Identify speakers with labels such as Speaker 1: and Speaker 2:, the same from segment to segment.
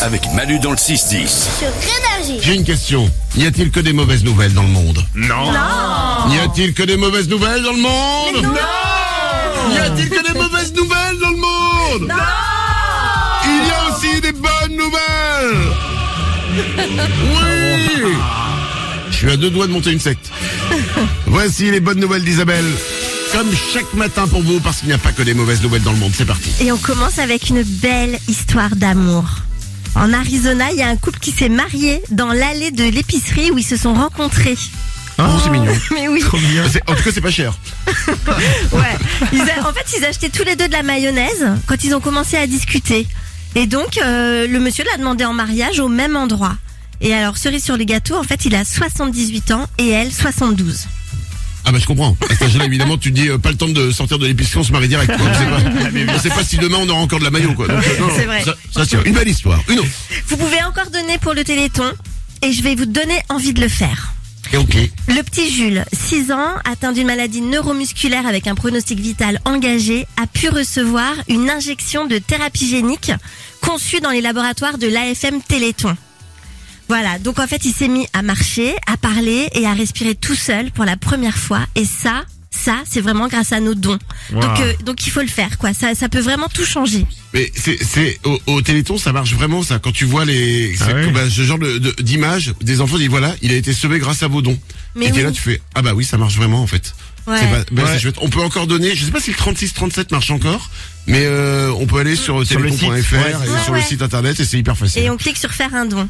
Speaker 1: avec Manu dans le 6-10.
Speaker 2: sur Énergie.
Speaker 3: J'ai une question. N'y a-t-il que des mauvaises nouvelles dans le monde
Speaker 1: Non.
Speaker 3: N'y a-t-il que des mauvaises nouvelles dans le monde N'y a-t-il que des mauvaises nouvelles dans le monde Non Il y a aussi des bonnes nouvelles Oui Je suis à deux doigts de monter une secte. Voici les bonnes nouvelles d'Isabelle. Comme chaque matin pour vous, parce qu'il n'y a pas que des mauvaises nouvelles dans le monde. C'est parti.
Speaker 4: Et on commence avec une belle histoire d'amour. En Arizona, il y a un couple qui s'est marié dans l'allée de l'épicerie où ils se sont rencontrés.
Speaker 3: Oh, c'est mignon.
Speaker 4: Mais oui,
Speaker 3: En tout cas, c'est pas cher.
Speaker 4: ouais. Ils a- en fait, ils achetaient tous les deux de la mayonnaise quand ils ont commencé à discuter. Et donc, euh, le monsieur l'a demandé en mariage au même endroit. Et alors, cerise sur les gâteaux, en fait, il a 78 ans et elle 72.
Speaker 3: Ah bah je comprends. À cet âge-là, évidemment, tu te dis euh, pas le temps de sortir de l'épicerie, on se marie direct. quoi. On
Speaker 4: Ah,
Speaker 3: sait pas, on sait pas si demain on aura encore de la maillot. quoi. Donc, euh, non,
Speaker 4: C'est vrai.
Speaker 3: Ça, ça, c'est une belle histoire. Une autre.
Speaker 4: Vous pouvez encore donner pour le Téléthon et je vais vous donner envie de le faire.
Speaker 3: Et ok.
Speaker 4: Le petit Jules, 6 ans, atteint d'une maladie neuromusculaire avec un pronostic vital engagé, a pu recevoir une injection de thérapie génique conçue dans les laboratoires de l'AFM Téléthon. Voilà, donc en fait il s'est mis à marcher, à parler et à respirer tout seul pour la première fois et ça, ça c'est vraiment grâce à nos dons. Donc, euh, donc il faut le faire quoi, ça, ça peut vraiment tout changer.
Speaker 3: Mais c'est, c'est au, au Téléthon, ça marche vraiment ça. Quand tu vois les c'est-
Speaker 5: Ah ouais
Speaker 3: bah, ce genre de, de- d'image, des enfants disent voilà, il a été sauvé grâce à vos dons.
Speaker 4: Mais
Speaker 3: et t'es
Speaker 4: oui.
Speaker 3: là, tu fais ah bah oui, ça marche vraiment en fait.
Speaker 4: Ouais.
Speaker 3: C'est pas- bah,
Speaker 5: Ouais.
Speaker 3: c'est chouette. On peut encore donner. Je sais pas si le 36 37 marche encore, mais euh, on peut aller sur,
Speaker 5: Sur le
Speaker 3: téléthon.fr
Speaker 5: site, ouais,
Speaker 3: et
Speaker 4: c'est ça.
Speaker 3: sur
Speaker 4: Ouais,
Speaker 3: le
Speaker 4: ouais.
Speaker 3: site internet et c'est hyper facile.
Speaker 4: Et on clique sur faire un don.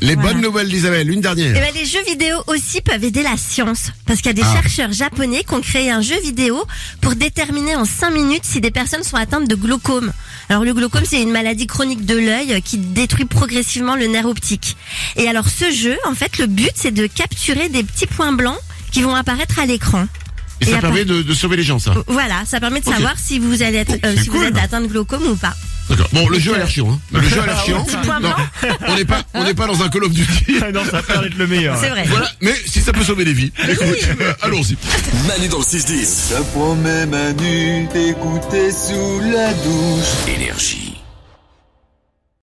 Speaker 3: Les
Speaker 4: Voilà.
Speaker 3: bonnes nouvelles d'Isabelle, une dernière.
Speaker 4: Eh ben, les jeux vidéo aussi peuvent aider la science. Parce qu'il y a des
Speaker 3: Ah.
Speaker 4: chercheurs japonais qui ont créé un jeu vidéo pour déterminer en 5 minutes si des personnes sont atteintes de glaucome. Alors le glaucome, c'est une maladie chronique de l'œil euh, qui détruit progressivement le nerf optique. Et alors ce jeu, en fait, le but, c'est de capturer des petits points blancs qui vont apparaître à l'écran.
Speaker 3: Et,
Speaker 4: Et
Speaker 3: ça
Speaker 4: après- Oh.
Speaker 3: permet de, de sauver les gens, ça.
Speaker 4: Voilà, ça permet de
Speaker 3: Ok.
Speaker 4: savoir si vous allez être,
Speaker 3: Oh,
Speaker 4: euh,
Speaker 3: c'est
Speaker 4: si vous
Speaker 3: cool.
Speaker 4: êtes atteint de glaucome ou pas.
Speaker 3: D'accord. Bon, le jeu a l'air chiant. Hein. Le jeu a l'air chiant.
Speaker 4: Petit point blanc.
Speaker 3: on n'est pas, on n'est pas dans un Call of Duty.
Speaker 5: Ah non, ça a l'air d'être le meilleur.
Speaker 4: C'est vrai.
Speaker 3: Voilà. Mais si ça peut sauver des vies, écoute, euh, allons-y.
Speaker 1: Manu dans le 6-10.
Speaker 6: Je promets Manu d'écouter sous la douche.
Speaker 1: Énergie.